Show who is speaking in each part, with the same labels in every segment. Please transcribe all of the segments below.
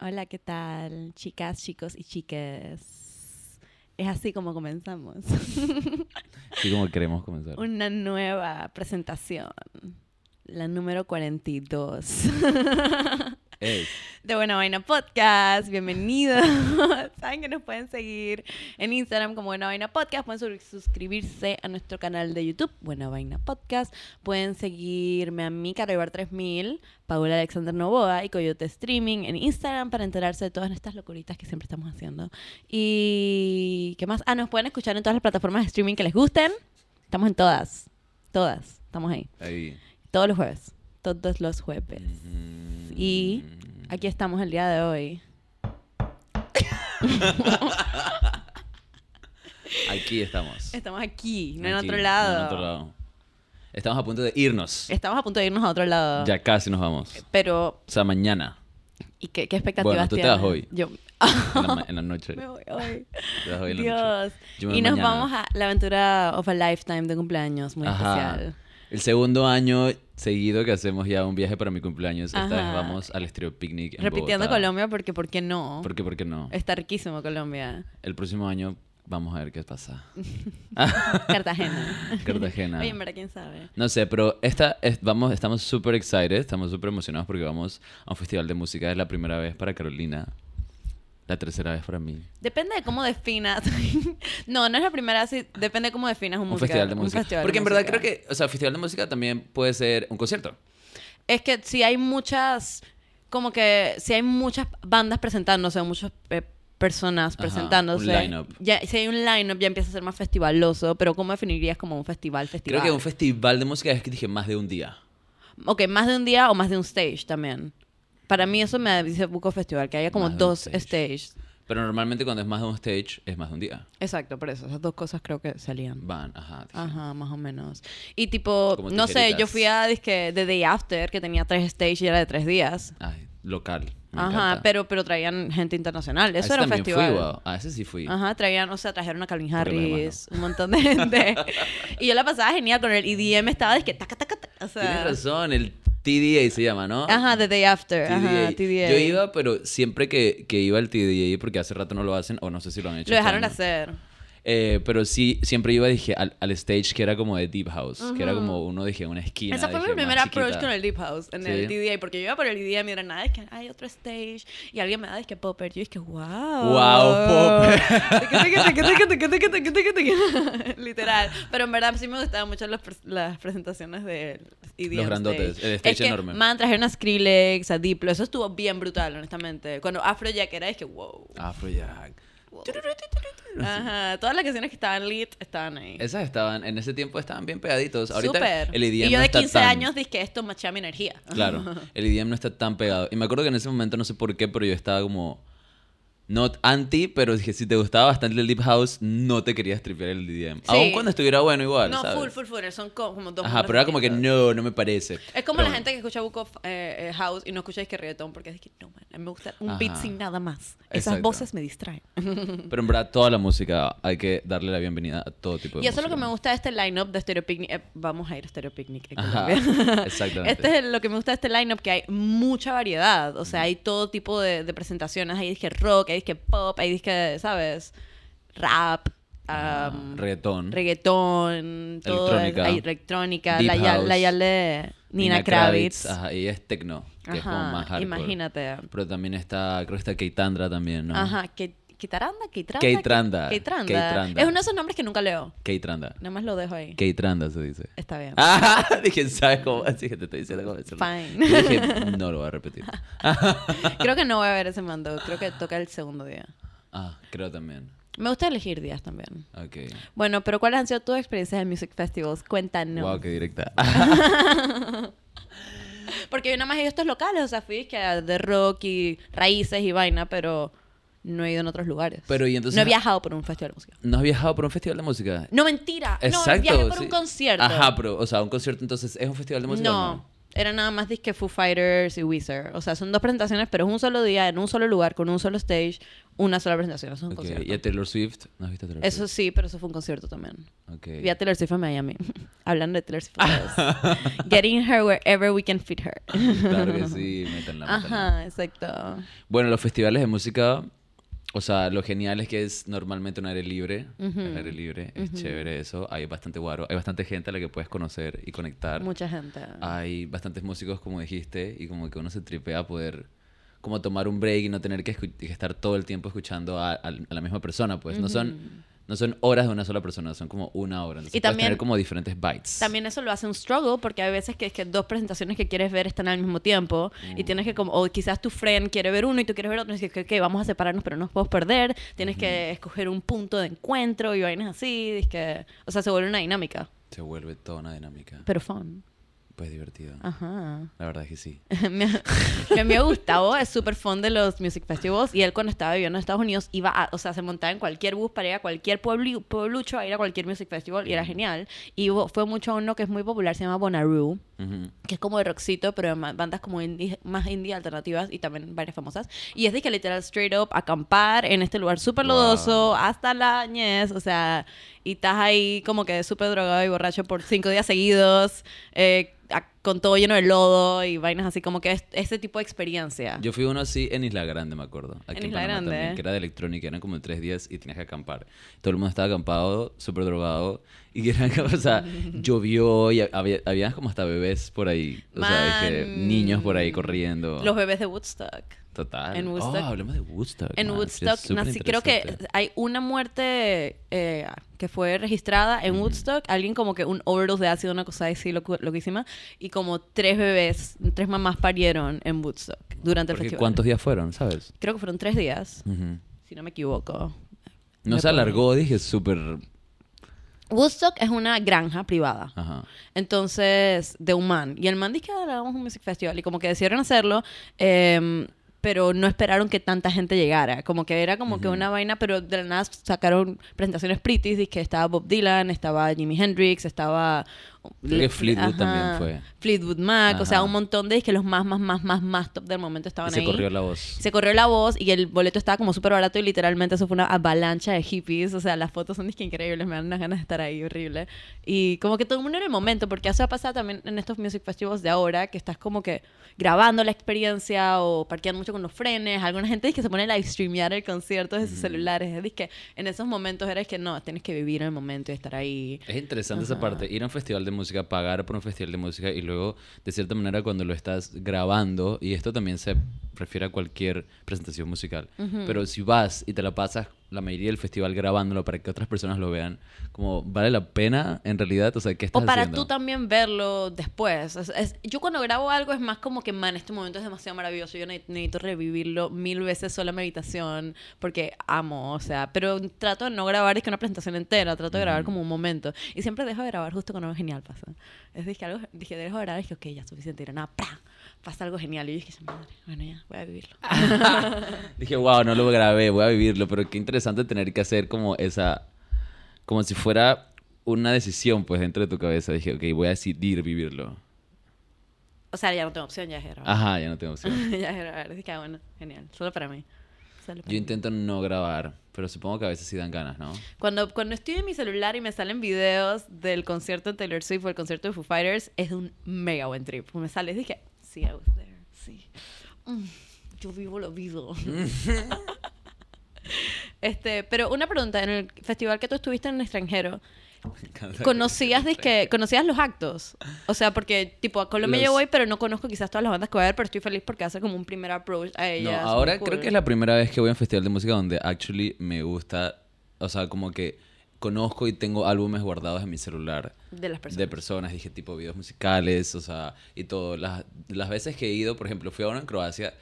Speaker 1: Hola, ¿qué tal? Chicas, chicos y chiques. Es así como comenzamos.
Speaker 2: Así como queremos comenzar.
Speaker 1: Una nueva presentación. La número 42
Speaker 2: Ey,
Speaker 1: de Buena Vaina Podcast. Bienvenidos. Saben que nos pueden seguir en Instagram como Buena Vaina Podcast. Pueden sus- suscribirse a nuestro canal de YouTube, Buena Vaina Podcast. Pueden seguirme a mí, Caribar 3000, Paula Alexander Novoa y Coyote Streaming en Instagram para enterarse de todas estas locuritas que siempre estamos haciendo. Y qué más. Ah, nos pueden escuchar en todas las plataformas de streaming que les gusten. Estamos en todas. Todas. Estamos ahí.
Speaker 2: ahí.
Speaker 1: Todos los jueves. Todos los jueves.
Speaker 2: Mm.
Speaker 1: Y aquí estamos el día de hoy.
Speaker 2: Aquí estamos.
Speaker 1: Estamos aquí, no en
Speaker 2: Aquí,
Speaker 1: otro lado.
Speaker 2: no en otro lado. Estamos a punto de irnos.
Speaker 1: Estamos a punto de irnos a otro lado.
Speaker 2: Ya casi nos vamos.
Speaker 1: Pero,
Speaker 2: O sea, mañana.
Speaker 1: ¿y qué, qué expectativas
Speaker 2: Bueno, tú te
Speaker 1: tienes?
Speaker 2: vas hoy.
Speaker 1: Yo
Speaker 2: En la, ma- en la noche.
Speaker 1: me voy hoy.
Speaker 2: Te vas hoy en la
Speaker 1: Dios.
Speaker 2: noche. Yo me voy
Speaker 1: Y nos
Speaker 2: mañana.
Speaker 1: vamos a la aventura of a lifetime de cumpleaños, muy
Speaker 2: Ajá.
Speaker 1: especial.
Speaker 2: El segundo año seguido que hacemos ya un viaje para mi cumpleaños. Esta
Speaker 1: Ajá.
Speaker 2: vez vamos al Estéreo Picnic. En
Speaker 1: Repitiendo
Speaker 2: Bogotá.
Speaker 1: Colombia porque, ¿por qué no?
Speaker 2: ¿Por qué? ¿Por qué no?
Speaker 1: Está riquísimo Colombia.
Speaker 2: El próximo año vamos a ver qué pasa.
Speaker 1: Cartagena.
Speaker 2: Cartagena.
Speaker 1: Oye, en verdad, quién sabe.
Speaker 2: No sé, pero esta es- vamos, estamos súper excited, estamos súper emocionados porque vamos a un festival de música. Es la primera vez para Carolina, la tercera vez para mí.
Speaker 1: Depende de cómo definas. no, no es la primera, sí. Depende de cómo definas un,
Speaker 2: Un
Speaker 1: musical,
Speaker 2: festival de
Speaker 1: un
Speaker 2: música.
Speaker 1: festival de
Speaker 2: porque en verdad
Speaker 1: música.
Speaker 2: creo que, o sea, festival de música también puede ser un concierto.
Speaker 1: Es que si hay muchas, como que si hay muchas bandas presentándose, muchas eh, personas
Speaker 2: Ajá,
Speaker 1: presentándose.
Speaker 2: un lineup.
Speaker 1: Ya, si hay un line-up ya empieza a ser más festivaloso, pero ¿cómo definirías como un festival, festival?
Speaker 2: Creo que un festival de música es que dije más de un día.
Speaker 1: ok, más de un día o más de un stage también. Para mí eso me dice Buco Festival, que haya como
Speaker 2: Más de un
Speaker 1: dos
Speaker 2: stage.
Speaker 1: stages.
Speaker 2: Pero normalmente cuando es más de un stage es más de un día.
Speaker 1: Exacto, por eso. Esas dos cosas creo que salían.
Speaker 2: Van, ajá. dije.
Speaker 1: Ajá, más o menos. Y tipo,
Speaker 2: Como
Speaker 1: no sé, yo
Speaker 2: tijeritas.
Speaker 1: fui a disque The Day After, que tenía tres stages y era de tres días.
Speaker 2: Ay, local. me
Speaker 1: Ajá,
Speaker 2: encanta.
Speaker 1: pero, pero traían gente internacional.
Speaker 2: A
Speaker 1: Eso
Speaker 2: ese
Speaker 1: era un
Speaker 2: también fui,
Speaker 1: festival. Ah,
Speaker 2: guau. A ese sí fui.
Speaker 1: Ajá, traían, o sea, trajeron a Calvin
Speaker 2: Porque los demás
Speaker 1: Harris, un montón de gente. y yo la pasaba genial con el EDM, estaba de que taca, taca, taca. O
Speaker 2: Tienes
Speaker 1: sea,
Speaker 2: razón, el TDA se llama, ¿no?
Speaker 1: ajá, The Day After.
Speaker 2: TDA.
Speaker 1: Ajá, TDA.
Speaker 2: Yo iba, pero siempre que, que iba al TDA, porque hace rato no lo hacen, o no sé si lo han hecho.
Speaker 1: Lo
Speaker 2: este
Speaker 1: dejaron
Speaker 2: año.
Speaker 1: hacer.
Speaker 2: Eh, pero sí, siempre iba, dije, al, al stage que era como de Deep House, que era como uno, dije, una esquina.
Speaker 1: Esa fue mi
Speaker 2: dije, más
Speaker 1: primer approach
Speaker 2: chiquita.
Speaker 1: con el Deep House, en el
Speaker 2: Sí.
Speaker 1: TDA, porque yo iba por el EDM y era nada, "Ah, es que hay otro stage, y alguien me da, es que Popper, yo es que wow.
Speaker 2: Wow, Popper.
Speaker 1: Taca, taca, taca, taca, taca, taca, taca, taca. Literal. Pero en verdad sí me gustaban mucho las, pres- las presentaciones de EDM.
Speaker 2: Los grandotes,
Speaker 1: stage.
Speaker 2: el stage
Speaker 1: es que,
Speaker 2: enorme.
Speaker 1: Man, trajeron a Skrillex, a Diplo, eso estuvo bien brutal, honestamente. Cuando Afrojack era, es que wow.
Speaker 2: Afrojack.
Speaker 1: wow. Ajá, todas las canciones que estaban lit estaban ahí.
Speaker 2: Esas estaban, en ese tiempo estaban bien pegaditos. Ahorita
Speaker 1: Súper.
Speaker 2: el idioma
Speaker 1: y yo de
Speaker 2: está
Speaker 1: 15
Speaker 2: tan-
Speaker 1: años dije que esto machea mi energía.
Speaker 2: Claro, el idioma no está tan pegado. Y me acuerdo que en ese momento, no sé por qué, pero yo estaba como. Not anti, pero dije, si te gustaba bastante el Deep House, no te querías tripear el DDM. Aún cuando estuviera bueno igual,
Speaker 1: No,
Speaker 2: ¿sabes?
Speaker 1: full, full, full. Son co- como dos
Speaker 2: Ajá,
Speaker 1: mundos
Speaker 2: pero era como que
Speaker 1: distintos.
Speaker 2: no, no me parece.
Speaker 1: Es como
Speaker 2: Pero
Speaker 1: la
Speaker 2: bueno.
Speaker 1: gente que escucha Buco eh, House y no escucha que reggaetón porque es que no, man, a mí me gusta un beat
Speaker 2: Ajá.
Speaker 1: sin nada más. Esas
Speaker 2: Exacto.
Speaker 1: voces me distraen.
Speaker 2: Pero en verdad, toda la música hay que darle la bienvenida a todo tipo de
Speaker 1: Y eso es lo que me
Speaker 2: música.
Speaker 1: gusta de este lineup de Stereo Picnic. Eh, vamos a ir a Stereo Picnic. en
Speaker 2: Ajá,
Speaker 1: Colombia.
Speaker 2: exactamente.
Speaker 1: Este es lo que me gusta de este lineup, que hay mucha variedad. O sea, hay todo tipo de, de presentaciones. Hay disque rock, hay disque pop, hay disque, ¿sabes? Rap.
Speaker 2: Ah,
Speaker 1: am,
Speaker 2: reggaetón.
Speaker 1: reggaetón, todo
Speaker 2: Electrónica.
Speaker 1: hay electrónica,
Speaker 2: Deep
Speaker 1: la, ya-
Speaker 2: house.
Speaker 1: la ya de Nina, Kravitz.
Speaker 2: Ajá, y es techno, que es como
Speaker 1: Ajá,
Speaker 2: más hardcore.
Speaker 1: imagínate.
Speaker 2: Pero también está, creo que está Keitandra también, ¿no?
Speaker 1: Ajá, que Kitaranda, Kitranda.
Speaker 2: Keitranda,
Speaker 1: Keitranda.
Speaker 2: Keitranda.
Speaker 1: Es uno de esos nombres que nunca leo.
Speaker 2: Keitranda.
Speaker 1: Nada más lo dejo ahí.
Speaker 2: Keitranda se dice.
Speaker 1: Está bien.
Speaker 2: Ah, dije, ¿sabes cómo? Así que te estoy diciendo cómo decirlo.
Speaker 1: Fine.
Speaker 2: Yo dije, no lo voy a repetir.
Speaker 1: Creo que no voy a ver ese mando. Creo que toca el segundo día.
Speaker 2: Ah, creo también.
Speaker 1: Me gusta elegir días también.
Speaker 2: Ok.
Speaker 1: Bueno, pero ¿cuáles han sido tus experiencias en music festivals? Cuéntanos.
Speaker 2: Wow, qué directa.
Speaker 1: Porque yo nada más he ido a estos locales, o sea, fui que a de rock y raíces y vaina, pero no he ido en otros lugares.
Speaker 2: Pero, ¿y entonces-
Speaker 1: No he viajado por un festival de música.
Speaker 2: ¿No has viajado por un festival de música?
Speaker 1: No, mentira. no,
Speaker 2: Exacto.
Speaker 1: viajé por
Speaker 2: sí.
Speaker 1: un concierto.
Speaker 2: Ajá, pero, o sea, un concierto entonces es un festival de música. o
Speaker 1: No. Era nada más disque Foo Fighters y Wizard. O sea, son dos presentaciones, pero es un solo día, en un solo lugar, con un solo stage, una sola presentación. Eso es un
Speaker 2: Ok,
Speaker 1: concierto.
Speaker 2: Y a Taylor Swift, ¿no has visto a Taylor
Speaker 1: Eso
Speaker 2: Swift?
Speaker 1: sí, pero eso fue un concierto también.
Speaker 2: Ok.
Speaker 1: Vi a Taylor Swift en Miami. Hablando de Taylor Swift. otra vez. Getting her wherever we can fit her.
Speaker 2: Claro que sí, métanla, métanla.
Speaker 1: Ajá, exacto.
Speaker 2: Bueno, los festivales de música, o sea, lo genial es que es normalmente un aire libre. El aire libre, es chévere eso. Hay bastante guaro, hay bastante gente a la que puedes conocer y conectar.
Speaker 1: Mucha gente.
Speaker 2: Hay bastantes músicos, como dijiste, y como que uno se tripea a poder como tomar un break y no tener que, escu- que estar todo el tiempo escuchando a, a- a la misma persona, pues no son no son horas de una sola persona, son como una hora. Entonces
Speaker 1: Y
Speaker 2: y también
Speaker 1: también-
Speaker 2: tener como diferentes bites.
Speaker 1: También eso lo hace un struggle porque hay veces que es que dos presentaciones que quieres ver están al mismo tiempo y tienes que como o quizás tu friend quiere ver uno y tú quieres ver otro y dices que ok, vamos a separarnos pero no nos podemos perder, tienes que escoger un punto de encuentro y vainas así, es que, o sea, se vuelve una dinámica,
Speaker 2: Se vuelve toda una dinámica,
Speaker 1: pero Ah. fun.
Speaker 2: pues divertido.
Speaker 1: Ajá.
Speaker 2: La verdad es que sí.
Speaker 1: mi, mi amigo Gustavo es súper fan de los music festivals y él cuando estaba viviendo en Estados Unidos iba a- o sea, se montaba en cualquier bus para ir a cualquier pueblo, pueblucho a ir a cualquier music festival y era genial. Y hubo- fue mucho a uno que es muy popular, se llama Bonnaroo,
Speaker 2: Ujú.
Speaker 1: que es como de rockcito, pero de ma- bandas como indie- más indie alternativas y también varias famosas. Y es de que literal straight up acampar en este lugar súper
Speaker 2: Wow.
Speaker 1: lodoso hasta la ñez, o sea, y estás ahí como que súper drogado y borracho por cinco días seguidos, eh, a- con todo lleno de lodo y vainas así, como que es, ese tipo de experiencia.
Speaker 2: Yo fui a uno así en Isla Grande, me acuerdo.
Speaker 1: En
Speaker 2: Aquí en,
Speaker 1: Isla
Speaker 2: Panamá
Speaker 1: Grande. ¿eh?
Speaker 2: también, que era de electrónica, eran como tres días y tenías que acampar. Todo el mundo estaba acampado, súper drogado. Y eran como, o sea, llovió y había, había como hasta bebés por ahí. O sea, dije,
Speaker 1: Man.
Speaker 2: niños por ahí corriendo.
Speaker 1: Los bebés de Woodstock.
Speaker 2: Total.
Speaker 1: en Woodstock.
Speaker 2: Oh, hablemos de Woodstock.
Speaker 1: En
Speaker 2: man, sí, es
Speaker 1: Woodstock,
Speaker 2: súper
Speaker 1: nací- creo que
Speaker 2: interesante.
Speaker 1: hay una muerte eh, que fue registrada en Woodstock. Alguien como que un overdose de ácido, una cosa así locu- loquísima. Y como tres bebés, tres mamás parieron en Woodstock durante el
Speaker 2: Porque
Speaker 1: festival.
Speaker 2: ¿Cuántos días fueron, sabes?
Speaker 1: Creo que fueron tres días,
Speaker 2: Ujú.
Speaker 1: si no me equivoco.
Speaker 2: No
Speaker 1: Me
Speaker 2: se alargó, dije, súper...
Speaker 1: Woodstock es una granja privada.
Speaker 2: Ajá.
Speaker 1: Entonces, de un man. Y el man dice que "Ah, hagamos un music festival. Y como que decidieron hacerlo, em, pero no esperaron que tanta gente llegara. Como que era como que una vaina, pero de la nada sacaron presentaciones pretty. Dice que estaba Bob Dylan, estaba Jimi Hendrix, estaba.
Speaker 2: Creo que Fleetwood también fue.
Speaker 1: Fleetwood Mac, o sea,
Speaker 2: Ajá.
Speaker 1: un montón de que los más, más, más, más, más top del momento estaban
Speaker 2: Y se
Speaker 1: ahí.
Speaker 2: corrió la voz.
Speaker 1: Se corrió la voz y el boleto estaba como súper barato y literalmente eso fue una avalancha de hippies. O sea, las fotos son disque increíbles, me dan unas ganas de estar ahí, horrible. Y como que todo el mundo en el momento, porque eso ha pasado también en estos music festivals de ahora, que estás como que grabando la experiencia o parqueando mucho con los frenes. Alguna gente dice que se pone a live streamear el concierto desde sus celulares. Es que en esos momentos era es que no, tienes que vivir el momento y estar ahí.
Speaker 2: Es interesante esa parte, ir a un festival de música, pagar por un festival de música y luego, de cierta manera, cuando lo estás grabando, y esto también se refiere a cualquier presentación musical, pero si vas y te la pasas la mayoría del festival grabándolo para que otras personas lo vean, como vale la pena en realidad, o sea, ¿qué estás
Speaker 1: O para
Speaker 2: haciendo?
Speaker 1: tú también verlo después. Es- es- yo cuando grabo algo es más como que, man, este momento es demasiado maravilloso. Yo ne- necesito revivirlo mil veces sola en meditación porque amo, o sea, pero trato de no grabar es que una presentación entera, trato de grabar como un momento. Y siempre dejo de grabar justo cuando algo genial pasa. Es dije, algo, dije, dejo de grabar, dije, ok, ya suficiente, era nada, ¡pra! pasa algo genial. Y yo dije, madre, bueno, ya, voy a vivirlo.
Speaker 2: Dije, wow, no lo grabé, voy a vivirlo, pero qué interesante tener que hacer como esa, como si fuera una decisión, pues, dentro de tu cabeza. Dije, ok, voy a decidir vivirlo.
Speaker 1: O sea, ya no tengo opción, ya es grabar.
Speaker 2: Ajá, ya no tengo opción.
Speaker 1: ya es grabar, dije, ah, bueno, genial, solo para mí. Solo para
Speaker 2: Yo
Speaker 1: mí.
Speaker 2: intento no grabar, pero supongo que a veces sí dan ganas, ¿no?
Speaker 1: Cuando, cuando estoy en mi celular y me salen videos del concierto de Taylor Swift o el concierto de Foo Fighters, es un mega buen trip. Me sale y dije, sí, I was there, sí. Mm, yo vivo lo vivo. este, pero una pregunta, en el festival que tú estuviste en el extranjero, ¿conocías, disque- ¿conocías los actos? O sea, porque tipo a Colombia yo
Speaker 2: Los-
Speaker 1: voy, pero no conozco quizás todas las bandas que voy a ver, pero estoy feliz porque hace como un primer approach a
Speaker 2: No,
Speaker 1: ellas. muy
Speaker 2: ahora creo
Speaker 1: cool.
Speaker 2: que es la primera vez que voy a un festival de música donde actually me gusta, o sea, como que conozco y tengo álbumes guardados en mi celular
Speaker 1: De las personas.
Speaker 2: de personas, dije tipo videos musicales, o sea, y todo. Las, las veces que he ido, por ejemplo, fui a uno en Croacia.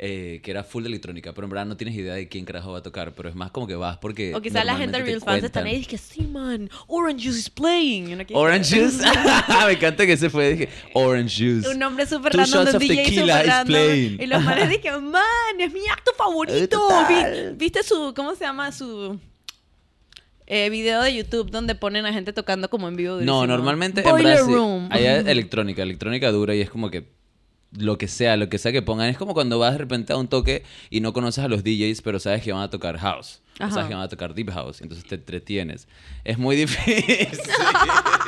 Speaker 2: eh, que era full de electrónica, pero en verdad no tienes idea de quién carajo va a tocar, pero es más como que vas porque...
Speaker 1: O quizás la gente de
Speaker 2: normalmente te
Speaker 1: Real Fans están ahí
Speaker 2: cuentan.
Speaker 1: y dicen, sí, man, Orange Juice is playing. Y uno aquí-
Speaker 2: Orange Juice. Me encanta que ese fue. Dije, Orange Juice.
Speaker 1: Un nombre súper
Speaker 2: Two
Speaker 1: random
Speaker 2: shots
Speaker 1: de un
Speaker 2: of
Speaker 1: DJ
Speaker 2: tequila
Speaker 1: súper
Speaker 2: is
Speaker 1: random.
Speaker 2: playing.
Speaker 1: Y los manes dije, man, es mi acto favorito.
Speaker 2: total.
Speaker 1: Vi- ¿Viste su, cómo se llama? Su eh, video de YouTube donde ponen a gente tocando como en vivo.
Speaker 2: No,
Speaker 1: durísimo.
Speaker 2: normalmente en
Speaker 1: Boiler
Speaker 2: Brasil
Speaker 1: Room.
Speaker 2: allá es electrónica, electrónica dura y es como que lo que sea, lo que sea que pongan. Es como cuando vas de repente a un toque y no conoces a los DJs, pero sabes que van a tocar house. o
Speaker 1: Ajá.
Speaker 2: sabes que van a tocar deep house, entonces te entretienes. Es muy difícil.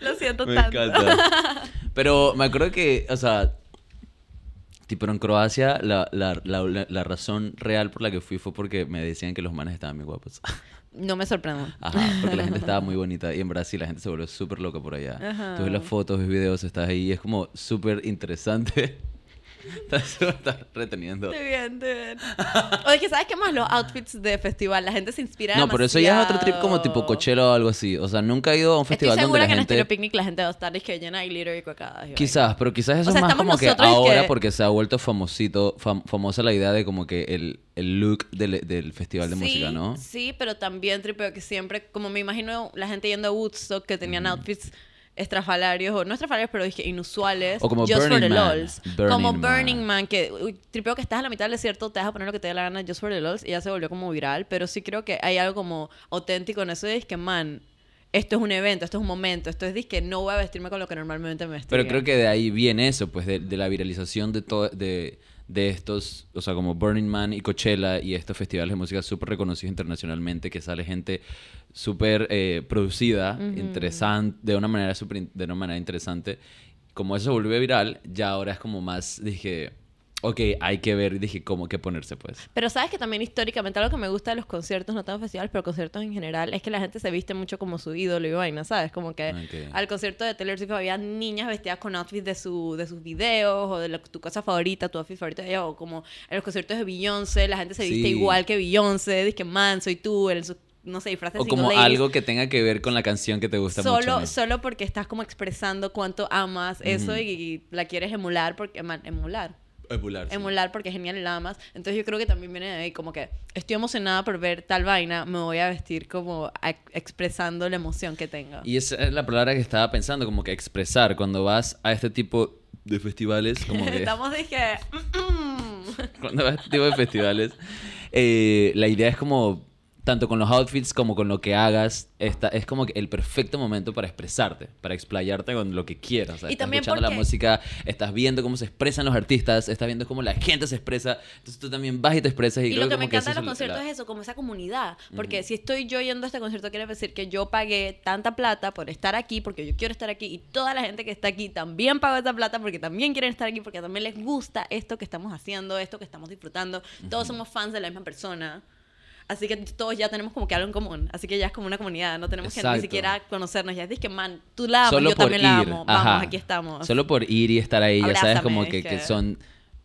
Speaker 1: Lo siento
Speaker 2: me
Speaker 1: tanto.
Speaker 2: encanta. Pero me acuerdo que, o sea, tipo en Croacia la, la, la, la- la razón real por la que fui fue porque me decían que los manes estaban muy guapos.
Speaker 1: No me sorprendo.
Speaker 2: Ajá, porque la gente estaba muy bonita. Y en Brasil la gente se volvió súper loca por allá.
Speaker 1: Ajá.
Speaker 2: Tú ves las fotos, ves videos, estás ahí. y es como súper interesante. estás, estás reteniendo.
Speaker 1: Estoy bien, estoy bien. O es que, ¿sabes qué más? Los outfits de festival. La gente se inspira
Speaker 2: No, pero eso ya es otro trip como tipo
Speaker 1: demasiado.
Speaker 2: cochelo o algo así. O sea, nunca he ido a un festival
Speaker 1: Estoy
Speaker 2: donde
Speaker 1: segura
Speaker 2: la
Speaker 1: que en
Speaker 2: gente...
Speaker 1: estilo picnic la gente va a estar disque llena de glitter y cuacadas. y
Speaker 2: Quizás, pero quizás eso
Speaker 1: sea,
Speaker 2: es más
Speaker 1: estamos
Speaker 2: como que
Speaker 1: nosotros y
Speaker 2: ahora
Speaker 1: que-
Speaker 2: porque se ha vuelto famosito, fam- famosa la idea de como que el, el look del, del festival de
Speaker 1: sí,
Speaker 2: música, ¿no?
Speaker 1: Sí, pero también tripeo que siempre, como me imagino la gente yendo a Woodstock que tenían outfits estrafalarios o no estrafalarios, pero dije inusuales.
Speaker 2: O como
Speaker 1: just for
Speaker 2: Burning
Speaker 1: the
Speaker 2: Man.
Speaker 1: lols.
Speaker 2: Burning
Speaker 1: como
Speaker 2: Man.
Speaker 1: Burning Man, que uy, tripeo que estás a la mitad del desierto, te vas a poner lo que te dé la gana Just for the lols y ya se volvió como viral, pero sí creo que hay algo como auténtico en eso de que man, esto es un evento, esto es un momento, esto es disque no voy a vestirme con lo que normalmente me vestiría.
Speaker 2: Pero creo que de ahí viene eso, pues, de, de la viralización de todo, de, de estos, o sea, como Burning Man y Coachella y estos festivales de música súper reconocidos internacionalmente, que sale gente súper eh, producida, interesante, de una manera súper, in- de una manera interesante. Como eso se volvió viral, ya ahora es como más, dije, ok, hay que ver, dije, cómo que ponerse, pues.
Speaker 1: Pero sabes que también históricamente algo que me gusta de los conciertos, no tanto festivales, pero conciertos en general, es que la gente se viste mucho como su ídolo y vaina, ¿sabes? Como que
Speaker 2: Ok.
Speaker 1: al concierto de Taylor Swift había niñas vestidas con outfits de, su, de sus videos o de lo- tu cosa favorita, tu outfit favorito de ella, o como en los conciertos de Beyoncé, la gente se viste
Speaker 2: Sí.
Speaker 1: igual que Beyoncé, dice que man, soy tú, en su- no sé, disfraces
Speaker 2: O
Speaker 1: single
Speaker 2: como
Speaker 1: ladies".
Speaker 2: algo que tenga que ver con la canción que te gusta
Speaker 1: solo,
Speaker 2: mucho. ¿no?
Speaker 1: Solo porque estás como expresando cuánto amas eso y, y la quieres emular, porque, man, emular
Speaker 2: Emular, sí.
Speaker 1: emular porque es genial y nada más. Entonces yo creo que también viene de ahí como que estoy emocionada por ver tal vaina, me voy a vestir como a- expresando la emoción que tengo.
Speaker 2: Y esa es la palabra que estaba pensando, como que expresar. Cuando vas a este tipo de festivales, como que.
Speaker 1: Estamos dije, "Mm, mm".
Speaker 2: cuando vas a este tipo de festivales, eh, la idea es como. Tanto con los outfits como con lo que hagas, esta, es como que el perfecto momento para expresarte, para explayarte con lo que quieras. O sea,
Speaker 1: Y
Speaker 2: estás
Speaker 1: también
Speaker 2: escuchando la
Speaker 1: porque-
Speaker 2: música, estás viendo cómo se expresan los artistas, estás viendo cómo la gente se expresa, entonces tú también vas y te expresas. Y,
Speaker 1: Y
Speaker 2: creo
Speaker 1: lo que me
Speaker 2: como
Speaker 1: encanta de
Speaker 2: eso
Speaker 1: los
Speaker 2: es la-
Speaker 1: conciertos es eso, como esa comunidad. Porque si estoy yo yendo a este concierto, quiere decir que yo pagué tanta plata por estar aquí, porque yo quiero estar aquí. Y toda la gente que está aquí también pagó esa plata porque también quieren estar aquí, porque también les gusta esto que estamos haciendo, esto que estamos disfrutando. Todos somos fans de la misma persona. Así que todos ya tenemos como que algo en común. Así que ya es como una comunidad. No tenemos que ni
Speaker 2: Exacto.
Speaker 1: siquiera conocernos. Ya es que, man, tú la amas, Ah, pues yo también la amo.
Speaker 2: ajá.
Speaker 1: Vamos, aquí estamos.
Speaker 2: Solo por ir y estar ahí, ya sabes
Speaker 1: Abrázame,
Speaker 2: como que,
Speaker 1: es
Speaker 2: que
Speaker 1: que-
Speaker 2: son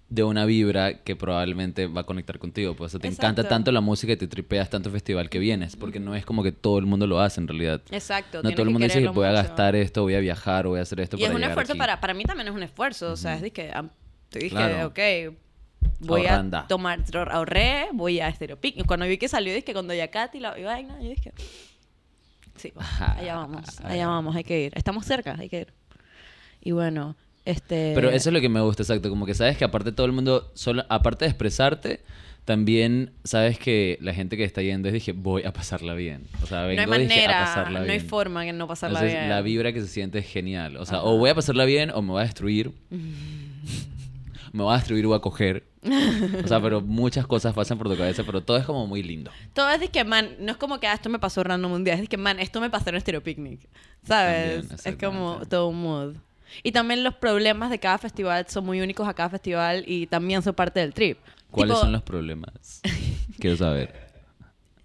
Speaker 2: de una vibra que probablemente va a conectar contigo. Pues o sea, te encanta
Speaker 1: Exacto.
Speaker 2: tanto la música y te tripeas tanto el festival que vienes, porque no es como que todo el mundo lo hace en realidad.
Speaker 1: Exacto.
Speaker 2: no
Speaker 1: tienes
Speaker 2: todo el mundo dice que
Speaker 1: quererlo
Speaker 2: voy a
Speaker 1: mucho.
Speaker 2: gastar esto, voy a viajar, voy a hacer esto
Speaker 1: Y es
Speaker 2: para
Speaker 1: un
Speaker 2: llegar
Speaker 1: esfuerzo
Speaker 2: aquí.
Speaker 1: para, para mí también es un esfuerzo, o sea, es de que am, te dije,
Speaker 2: Claro.
Speaker 1: ok, voy
Speaker 2: Ahorranda.
Speaker 1: a tomar, ahorré, voy a Estereopic. Y cuando vi que salió, dije, cuando ya Katy la y vaina, yo dije, sí, pues, allá vamos,
Speaker 2: Ah,
Speaker 1: allá vamos, hay que ir. Estamos cerca, hay que ir. Y bueno, este...
Speaker 2: Pero eso es lo que me gusta, exacto. Como que sabes que aparte todo el mundo, solo, aparte de expresarte, también sabes que la gente que está yendo es dije, voy a pasarla bien. O sea,
Speaker 1: no
Speaker 2: vengo
Speaker 1: hay
Speaker 2: dije, a
Speaker 1: manera,
Speaker 2: pasarla
Speaker 1: no hay
Speaker 2: bien.
Speaker 1: forma en no pasarla
Speaker 2: Entonces,
Speaker 1: bien.
Speaker 2: la vibra que se siente es genial. O sea, o voy a pasarla bien o me voy a destruir. me voy a destruir o voy a coger. O sea, pero muchas cosas pasan por tu cabeza, pero todo es como muy lindo.
Speaker 1: Todo es de que, man, no es como que ah, esto me pasó random un día, es de que, man, esto me pasó en Estéreo Picnic. ¿Sabes?
Speaker 2: También,
Speaker 1: es como
Speaker 2: exactamente.
Speaker 1: todo un mood. Y también los problemas de cada festival son muy únicos a cada festival y también son parte del trip.
Speaker 2: ¿Cuáles
Speaker 1: tipo,
Speaker 2: son los problemas? Quiero saber.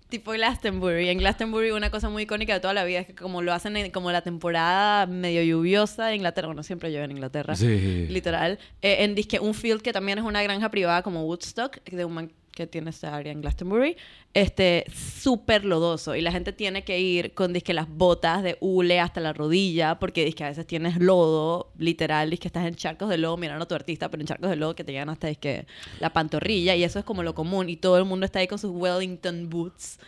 Speaker 1: Tipo Glastonbury. En Glastonbury una cosa muy icónica de toda la vida es que como lo hacen en como la temporada medio lluviosa de Inglaterra, bueno, siempre llueve en Inglaterra,
Speaker 2: Sí.
Speaker 1: literal, eh, en disque un field que también es una granja privada como Woodstock, de un man que tiene esta área en Glastonbury, este, súper lodoso y la gente tiene que ir con disque las botas de hule hasta la rodilla porque disque a veces tienes lodo, literal, disque estás en charcos de lodo mirando a tu artista, pero en charcos de lodo que te llegan hasta disque la pantorrilla y eso es como lo común y todo el mundo está ahí con sus Wellington boots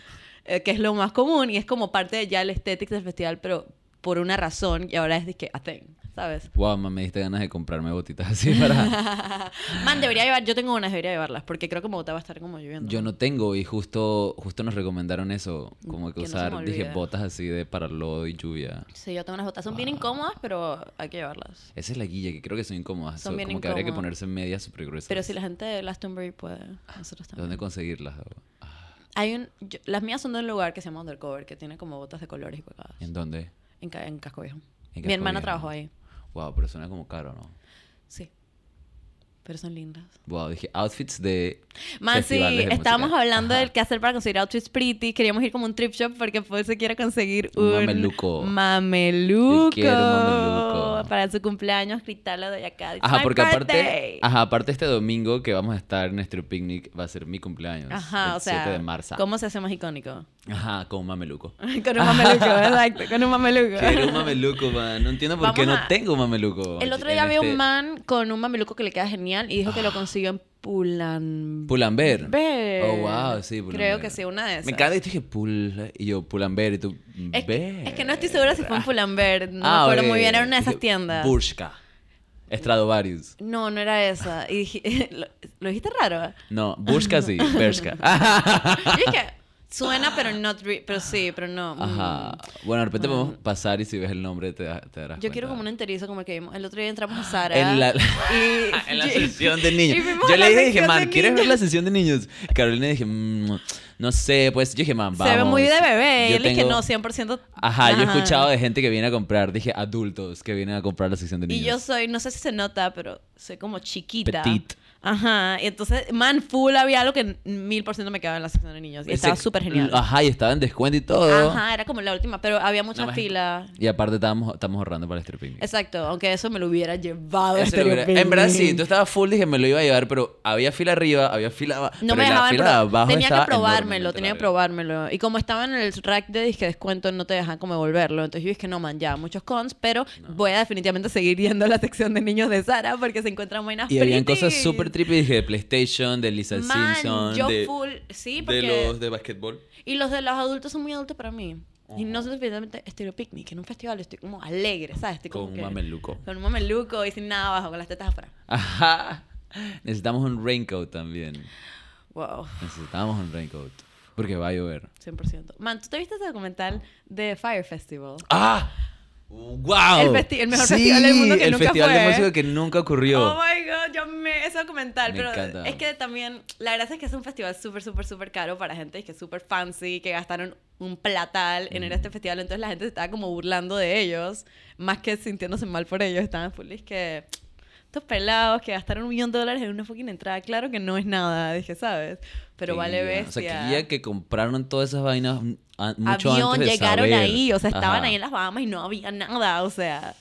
Speaker 1: eh, que es lo más común y es como parte de ya el estética del festival, pero por una razón y ahora es de que a thing. ¿sabes?
Speaker 2: Wow, man, me diste ganas de comprarme botitas así para...
Speaker 1: Man, debería llevar, yo tengo unas, debería llevarlas, porque creo que Bogotá va a estar como lloviendo.
Speaker 2: Yo no tengo y justo, justo nos recomendaron eso, como que
Speaker 1: Que no se me
Speaker 2: usar, dije,
Speaker 1: olvide.
Speaker 2: botas así de para lodo y lluvia.
Speaker 1: Sí, yo tengo unas botas, son bien incómodas, pero hay que llevarlas.
Speaker 2: Esa es la guilla, que creo que son incómodas.
Speaker 1: Son
Speaker 2: so-
Speaker 1: bien
Speaker 2: como que habría que
Speaker 1: incómodas.
Speaker 2: ponerse medias súper gruesas.
Speaker 1: Pero si la gente de Glastonbury puede, nosotros también.
Speaker 2: ¿Dónde conseguirlas? Ah,
Speaker 1: Hay un, yo- las mías son de un lugar que se llama Undercover, que tiene como botas de colores y colgadas.
Speaker 2: ¿En dónde?
Speaker 1: En, ca- en Casco Viejo.
Speaker 2: En
Speaker 1: Mi
Speaker 2: Casco
Speaker 1: hermana
Speaker 2: Viejo.
Speaker 1: trabajó ahí.
Speaker 2: Wow, pero suena como caro, ¿no?
Speaker 1: Sí. Pero son lindas.
Speaker 2: Wow, dije, outfits de
Speaker 1: Man, sí,
Speaker 2: festivales de
Speaker 1: estábamos
Speaker 2: música.
Speaker 1: hablando
Speaker 2: Ajá.
Speaker 1: del qué hacer para conseguir outfits pretty. Queríamos ir como un trip shop porque Paul se quiere conseguir
Speaker 2: Un
Speaker 1: un...
Speaker 2: mameluco.
Speaker 1: Mameluco.
Speaker 2: Yo quiero un mameluco.
Speaker 1: Para su cumpleaños, gritarlo de acá. "It's
Speaker 2: Ajá,
Speaker 1: my
Speaker 2: porque aparte,
Speaker 1: birthday".
Speaker 2: ajá, aparte este domingo que vamos a estar en nuestro picnic va a ser mi cumpleaños.
Speaker 1: Ajá,
Speaker 2: el
Speaker 1: o sea,
Speaker 2: 7 de marzo.
Speaker 1: ¿cómo se hace más icónico?
Speaker 2: Ajá, con un mameluco.
Speaker 1: con un mameluco, exacto, con un mameluco.
Speaker 2: Quiero un mameluco, man. No entiendo por
Speaker 1: Vamos
Speaker 2: qué no
Speaker 1: a-
Speaker 2: tengo un mameluco.
Speaker 1: El otro
Speaker 2: en
Speaker 1: día vi a
Speaker 2: este Ah.
Speaker 1: un man con un mameluco que le queda genial y dijo que lo consiguió en Pulan...
Speaker 2: Pulamber.
Speaker 1: Ver.
Speaker 2: este Oh, wow, sí, Pulamber.
Speaker 1: Creo que sí, una de esas.
Speaker 2: Me encanta, y tú dije pul, y yo pulamber, y tú
Speaker 1: Es que,
Speaker 2: ver.
Speaker 1: es que no estoy segura si fue en Pulamber, no
Speaker 2: Ah,
Speaker 1: me acuerdo
Speaker 2: ok.
Speaker 1: muy bien, era una de esas
Speaker 2: Dije,
Speaker 1: tiendas.
Speaker 2: Burshka. Stradivarius.
Speaker 1: No, no era esa. Y dije, lo, lo dijiste raro. ¿eh?
Speaker 2: No, Burshka Ah, sí, Bershka.
Speaker 1: Yo dije, suena, pero not re- pero sí, pero no. mm.
Speaker 2: Ajá. Bueno, de repente podemos pasar y si ves el nombre te, da- te darás
Speaker 1: Yo quiero
Speaker 2: cuenta.
Speaker 1: como un enterizo como el que vimos. El otro día entramos a Sara.
Speaker 2: Ah, En la,
Speaker 1: y,
Speaker 2: en la
Speaker 1: y-
Speaker 2: sesión de
Speaker 1: y
Speaker 2: niños.
Speaker 1: fuimos
Speaker 2: Yo
Speaker 1: a la
Speaker 2: le dije,
Speaker 1: sesión
Speaker 2: man,
Speaker 1: de
Speaker 2: ¿quieres ver
Speaker 1: niños".
Speaker 2: la sesión de niños? Carolina dije, "Mm, no sé, pues yo dije, man, vamos.
Speaker 1: Se ve muy de bebé.
Speaker 2: Yo
Speaker 1: Yo le dije,
Speaker 2: tengo-
Speaker 1: no, 100%.
Speaker 2: Ajá, yo he escuchado de gente que viene a comprar, dije adultos que vienen a comprar la sección de niños.
Speaker 1: Y yo soy, no sé si se nota, pero soy como chiquita.
Speaker 2: Petit.
Speaker 1: Ajá. Y entonces, man, full había algo que mil por ciento me quedaba en la sección de niños. Y
Speaker 2: Ese-
Speaker 1: estaba súper genial.
Speaker 2: Ajá, y estaba en descuento y todo.
Speaker 1: Ajá, era como la última, pero había mucha
Speaker 2: Nada más-
Speaker 1: fila.
Speaker 2: Y aparte estábamos, estamos ahorrando para este el stripping.
Speaker 1: Exacto, aunque eso me lo hubiera llevado. a
Speaker 2: Eso lo hubiera-
Speaker 1: Stereo
Speaker 2: en verdad
Speaker 1: Picnic.
Speaker 2: sí, tú estabas full, dije me lo iba a llevar, pero había fila arriba, había fila abajo.
Speaker 1: No
Speaker 2: pero
Speaker 1: me
Speaker 2: la
Speaker 1: dejaban
Speaker 2: fila
Speaker 1: pro-
Speaker 2: de abajo
Speaker 1: Tenía que
Speaker 2: estaba
Speaker 1: probármelo,
Speaker 2: enormemente
Speaker 1: tenía que
Speaker 2: larga.
Speaker 1: probármelo. Y como estaba en el rack de disque descuento, no te dejan como devolverlo. Entonces yo dije, no, man, ya, muchos cons, pero voy a definitivamente seguir yendo a la sección de niños de Sara porque se encuentran buenas
Speaker 2: Y habían
Speaker 1: pretties.
Speaker 2: cosas súper trippy, dije de PlayStation, de Lisa
Speaker 1: Man,
Speaker 2: Simpson,
Speaker 1: yo
Speaker 2: de,
Speaker 1: full, sí,
Speaker 2: de
Speaker 1: porque...
Speaker 2: los de basquetbol.
Speaker 1: Y los de los adultos son muy adultos para mí. Y
Speaker 2: Oh.
Speaker 1: no sé, definitivamente, estéreo picnic, en un festival estoy como alegre, ¿sabes? Estoy como
Speaker 2: Con un
Speaker 1: que-
Speaker 2: mameluco.
Speaker 1: Con un mameluco y sin nada abajo, con las tetas afuera.
Speaker 2: Ajá. Necesitamos un raincoat también.
Speaker 1: Wow.
Speaker 2: Necesitamos un raincoat. Porque va a llover.
Speaker 1: 100%. Man, ¿tú te viste ese documental de Fire Festival?
Speaker 2: ¡Ah! ¡Wow!
Speaker 1: El festi- el mejor festival del mundo que
Speaker 2: el
Speaker 1: nunca
Speaker 2: festival de
Speaker 1: fue. ¿eh?
Speaker 2: música que nunca ocurrió.
Speaker 1: Oh my god, yo me ese documental,
Speaker 2: Me
Speaker 1: pero
Speaker 2: encanta.
Speaker 1: es que también la gracia es que es un festival súper súper súper caro para gente que es súper fancy, que gastaron un platal en ir a este festival, entonces la gente se estaba como burlando de ellos, más que sintiéndose mal por ellos, estaban full es que estos pelados que gastaron un millón de dólares en una fucking entrada, claro que no es nada, dije, ¿sabes? Pero vale
Speaker 2: Guilla.
Speaker 1: bestia.
Speaker 2: O sea, que ya que compraron todas esas vainas mm, a- mucho
Speaker 1: Avión,
Speaker 2: antes de
Speaker 1: llegaron
Speaker 2: saber.
Speaker 1: ahí, o sea, estaban
Speaker 2: Ajá.
Speaker 1: ahí en las Bahamas y no había nada, o sea,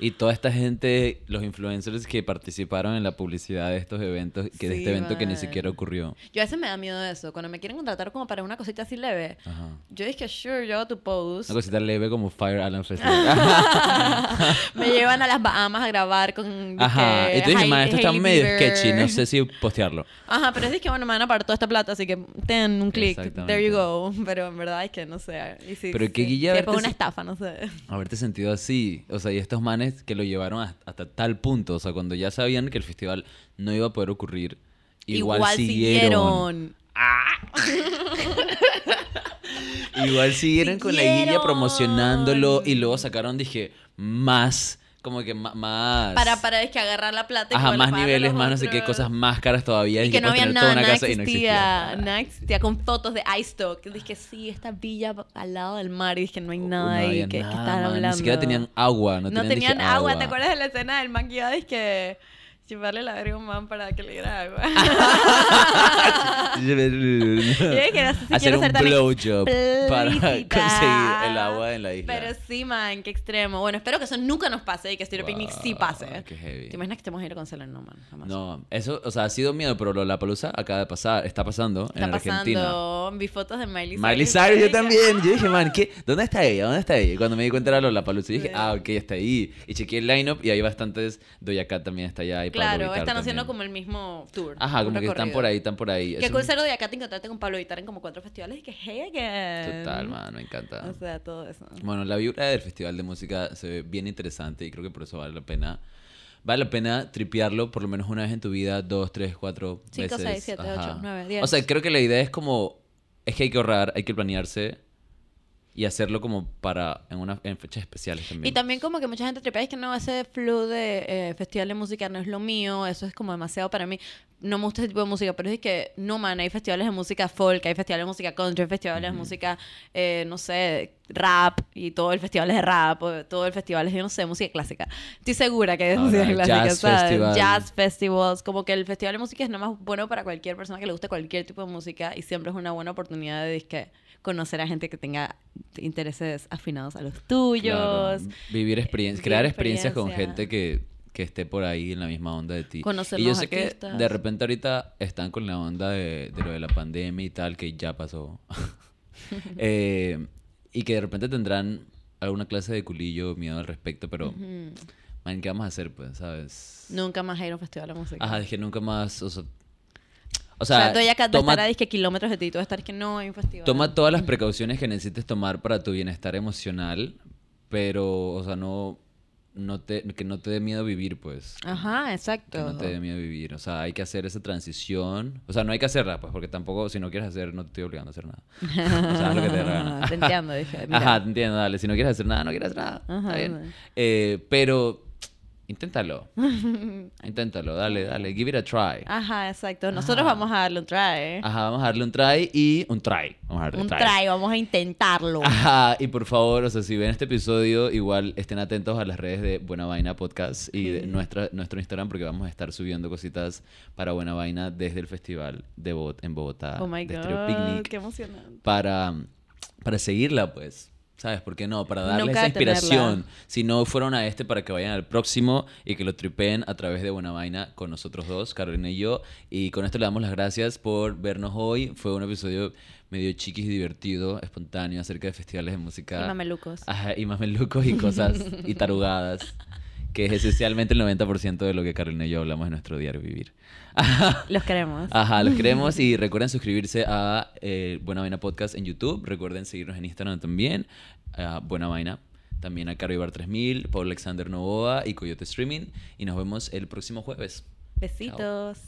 Speaker 2: Y toda esta gente, los influencers que participaron en la publicidad de estos eventos, que de
Speaker 1: Sí,
Speaker 2: este evento que ni
Speaker 1: man.
Speaker 2: siquiera ocurrió.
Speaker 1: yo a veces me da miedo eso, cuando me quieren contratar como para una cosita así leve,
Speaker 2: Ajá.
Speaker 1: Yo dije, sure, yo hago tu post.
Speaker 2: Una cosita leve como Fire Island Festival.
Speaker 1: Me llevan a las Bahamas a grabar con.
Speaker 2: Ajá.
Speaker 1: dizque,
Speaker 2: Y tú dices,
Speaker 1: Hailey-
Speaker 2: "Man, esto está
Speaker 1: Hailey
Speaker 2: medio
Speaker 1: Bieber".
Speaker 2: sketchy, no sé si postearlo.
Speaker 1: Ajá, pero es que bueno, me van a pagar toda esta plata, así que ten un clic, there
Speaker 2: Exactamente.
Speaker 1: you go. Pero en verdad es que no sé. Y sí,
Speaker 2: Pero qué
Speaker 1: sí,
Speaker 2: guilla
Speaker 1: sí,
Speaker 2: verte
Speaker 1: fue una
Speaker 2: así.
Speaker 1: estafa, no sé.
Speaker 2: Haberte sentido así. O sea, y estos manes que lo llevaron has- hasta, tal punto. O sea, cuando ya sabían que el festival no iba a poder ocurrir, igual, siguieron. Igual siguieron con la guilla
Speaker 1: Siguieron.
Speaker 2: promocionándolo y luego sacaron, dije, más. Como que ma- más.
Speaker 1: Para, para, es que agarrar la plata y
Speaker 2: Ajá,
Speaker 1: poderle
Speaker 2: más
Speaker 1: pagar a
Speaker 2: niveles,
Speaker 1: los
Speaker 2: más no sé qué
Speaker 1: otros.
Speaker 2: cosas más caras todavía.
Speaker 1: Y que no
Speaker 2: puedes
Speaker 1: había
Speaker 2: tener toda
Speaker 1: nada,
Speaker 2: una
Speaker 1: nada
Speaker 2: casa y no
Speaker 1: existía,
Speaker 2: existía.
Speaker 1: nada existía, con fotos de iStock. Dije que sí, esta villa al lado del mar, y dije no hay nada ahí,
Speaker 2: Oh, había
Speaker 1: que, que
Speaker 2: nada,
Speaker 1: estaban
Speaker 2: man,
Speaker 1: hablando.
Speaker 2: Ni siquiera tenían agua. No,
Speaker 1: No, tenían
Speaker 2: dije,
Speaker 1: agua. ¿te acuerdas de la escena del man que iba a que chuparle la verga a un man para que le diera agua? dije, no sé si
Speaker 2: Hacer
Speaker 1: quiero
Speaker 2: un
Speaker 1: ser tan
Speaker 2: blowjob para conseguir
Speaker 1: explícita.
Speaker 2: el agua en la isla.
Speaker 1: Pero sí, man, qué extremo. Bueno, espero que eso nunca nos pase y que Stereo Picnic sí
Speaker 2: Wow,
Speaker 1: pase.
Speaker 2: qué heavy.
Speaker 1: ¿Te imaginas que estemos ir con Celan? No, man, jamás.
Speaker 2: No, eso, o sea, ha sido miedo, pero lo- la palusa acaba de pasar, está pasando
Speaker 1: Está
Speaker 2: en Argentina.
Speaker 1: pasando. Vi fotos de Miley Cyrus.
Speaker 2: Miley Cyrus, yo
Speaker 1: Dije,
Speaker 2: también. Yo dije, man, ¿qué? ¿dónde está ella? ¿Dónde está ella? Y Cuando me di cuenta era Lollapalooza, yo dije,
Speaker 1: Sí.
Speaker 2: ah, ok, está ahí. Y chequeé el lineup y hay bastantes. Doja Cat también está allá, hay Pablo
Speaker 1: claro,
Speaker 2: Vittar
Speaker 1: están haciendo
Speaker 2: también.
Speaker 1: como el mismo tour.
Speaker 2: Ajá,
Speaker 1: un
Speaker 2: como que están
Speaker 1: recorrido.
Speaker 2: por ahí, están por ahí.
Speaker 1: Que
Speaker 2: Eso-
Speaker 1: crucero de acá te encontraste con Pablo Vittar en como cuatro festivales y que hey again.
Speaker 2: Total, man, me encanta.
Speaker 1: O sea, todo eso.
Speaker 2: Bueno, la vibra del Festival de Música se ve bien interesante y creo que por eso vale la pena. Vale la pena tripearlo por lo menos una vez en tu vida, dos, tres, cuatro
Speaker 1: Cinco,
Speaker 2: veces.
Speaker 1: seis, siete, ocho,
Speaker 2: Ajá.
Speaker 1: nueve, diez.
Speaker 2: O sea, creo que la idea es como, es que hay que ahorrar, hay que planearse y hacerlo como para, en, una, en fechas especiales también.
Speaker 1: Y también como que mucha gente tripea es que no, ese flow de eh, festival de música no es lo mío, eso es como demasiado para mí. No me gusta ese tipo de música, pero es que, no, man, hay festivales de música folk, hay festivales de música country, hay festivales de música, eh, no sé, rap, y todo el festival es de rap, o todo el festival es, de, no sé, música clásica. Estoy segura que es
Speaker 2: Ahora,
Speaker 1: música clásica,
Speaker 2: jazz
Speaker 1: ¿sabes?
Speaker 2: festival.
Speaker 1: Jazz festivals, como que el festival de música es nada más bueno para cualquier persona que le guste cualquier tipo de música y siempre es una buena oportunidad de disque, conocer a gente que tenga intereses afinados a los tuyos.
Speaker 2: Claro, Vivir experiencias,
Speaker 1: Eh, vivir
Speaker 2: crear experiencias con
Speaker 1: experiencia.
Speaker 2: gente que, que esté por ahí en la misma onda de ti.
Speaker 1: Conocer
Speaker 2: y yo
Speaker 1: los
Speaker 2: sé que
Speaker 1: artistas.
Speaker 2: de repente ahorita están con la onda de, de lo de la pandemia y tal, que ya pasó. Eh, y que de repente tendrán alguna clase de culillo, miedo al respecto, pero,
Speaker 1: Ujú.
Speaker 2: man, ¿qué vamos a hacer, pues, sabes?
Speaker 1: Nunca más a ir a un festival de música.
Speaker 2: Ajá, dije nunca más, o sea, o
Speaker 1: o sea,
Speaker 2: sea,
Speaker 1: tú ya que
Speaker 2: toma-
Speaker 1: estarás que kilómetros de ti, tú vas a estar que no hay un festival.
Speaker 2: Toma todas las precauciones que necesites tomar para tu bienestar emocional, pero, o sea, no, no te, que no te dé miedo vivir, pues.
Speaker 1: Ajá,
Speaker 2: Que
Speaker 1: exacto.
Speaker 2: no te dé miedo vivir. O sea, hay que hacer esa transición. O sea, no hay que hacerla, pues, porque tampoco, si no quieres hacer, no te estoy obligando a hacer nada. O sea, haz lo que te dé la gana.
Speaker 1: Te entiendo, dije, mira.
Speaker 2: Ajá, te entiendo, dale. Si no quieres hacer nada, no quieres hacer nada. Está
Speaker 1: Ajá,
Speaker 2: bien.
Speaker 1: dale.
Speaker 2: Eh, pero, inténtalo. inténtalo, dale, dale. Give it a try.
Speaker 1: Ajá, exacto. Nosotros
Speaker 2: Ajá.
Speaker 1: vamos a darle un try. ¿eh?
Speaker 2: Ajá, vamos a darle un try y un try. Vamos a darle
Speaker 1: Un try, vamos a intentarlo.
Speaker 2: Ajá, y por favor, o sea, si ven este episodio, igual estén atentos a las redes de Buena Vaina Podcast y de nuestra, nuestro Instagram porque vamos a estar subiendo cositas para Buena Vaina desde el festival de Bot en Bogotá.
Speaker 1: oh my
Speaker 2: de
Speaker 1: god,
Speaker 2: Estéreo Picnic,
Speaker 1: qué emocionante.
Speaker 2: para, para seguirla, pues. ¿Sabes por qué no? Para darles
Speaker 1: Nunca
Speaker 2: esa
Speaker 1: detenerla.
Speaker 2: inspiración. Si no fueron a este, para que vayan al próximo y que lo tripeen a través de Buena Vaina con nosotros dos, Carolina y yo. Y con esto le damos las gracias por vernos hoy. Fue un episodio medio chiquis, divertido, espontáneo, acerca de festivales de música.
Speaker 1: Y mamelucos.
Speaker 2: Ajá, y mamelucos y cosas y tarugadas. Que es esencialmente el 90% de lo que Carolina y yo hablamos en nuestro diario vivir.
Speaker 1: Los queremos.
Speaker 2: Ajá, los queremos y recuerden suscribirse a eh, Buena Vaina Podcast en YouTube. Recuerden seguirnos en Instagram también, a Buena Vaina. También a Caro Ibar 3000, Paul Alexander Novoa y Coyote Streaming. Y nos vemos el próximo jueves.
Speaker 1: Besitos.